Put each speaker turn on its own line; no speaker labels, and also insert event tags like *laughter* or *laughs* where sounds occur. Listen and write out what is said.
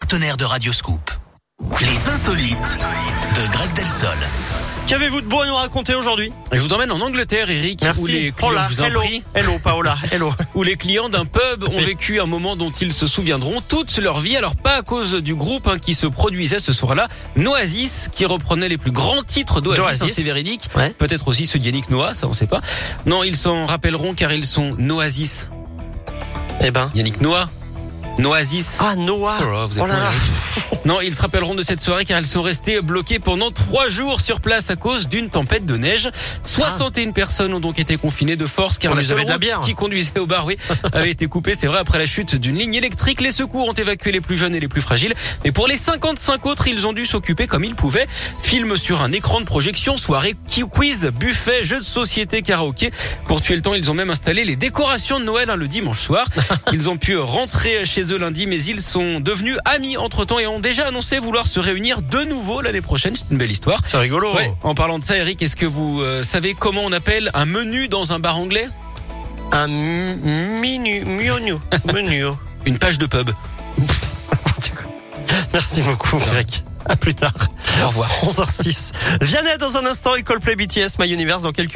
partenaire de Radioscoop. Les insolites de Greg Delsol.
Qu'avez-vous de beau à nous raconter aujourd'hui
Et Je vous emmène en Angleterre, Eric, où les, clients,
Hola,
je vous en
Oh hello,
prie,
hello, Paola,
*laughs*
hello.
où les clients d'un pub ont vécu un moment dont ils se souviendront toute leur vie. Alors pas à cause du groupe hein, qui se produisait ce soir-là, Noasis, qui reprenait les plus grands titres d'Oasis, hein,
D'Oasis.
c'est véridique.
Ouais.
Peut-être aussi ceux d'Yannick Noah, ça on sait pas. Non, ils s'en rappelleront car ils sont Noasis.
Eh ben.
Yannick Noah Noasis
Ah, Noah.
Oh là là, vous êtes
Oh là
mal,
là.
Eric. Non, ils se rappelleront de cette soirée car ils sont restés bloqués pendant trois jours sur place à cause d'une tempête de neige. 61 personnes ont donc été confinées de force car
Ah. On
la
les
seule
avait de la
route
bière.
qui conduisait au bar, oui, avait été coupée. C'est vrai, après la chute d'une ligne électrique, les secours ont évacué les plus jeunes et les plus fragiles. Mais pour les 55 autres, ils ont dû s'occuper comme ils pouvaient. Film sur un écran de projection, soirée qui- quiz, buffet, jeux de société, karaoké. Pour tuer le temps, ils ont même installé les décorations de Noël hein, le dimanche soir. Ils ont pu rentrer chez eux lundi, mais ils sont devenus amis entre temps et ont déjà annoncé vouloir se réunir de nouveau l'année prochaine. C'est une belle histoire.
C'est rigolo.
Ouais, en parlant de ça, Eric, est-ce que vous euh, savez comment on appelle un menu dans un bar anglais
Un minu, menu,
*laughs*
menu.
Une page de pub.
Merci beaucoup, Greg. À plus tard.
Au revoir.
11h06. Vianney dans un instant et Coldplay BTS, My Universe dans quelques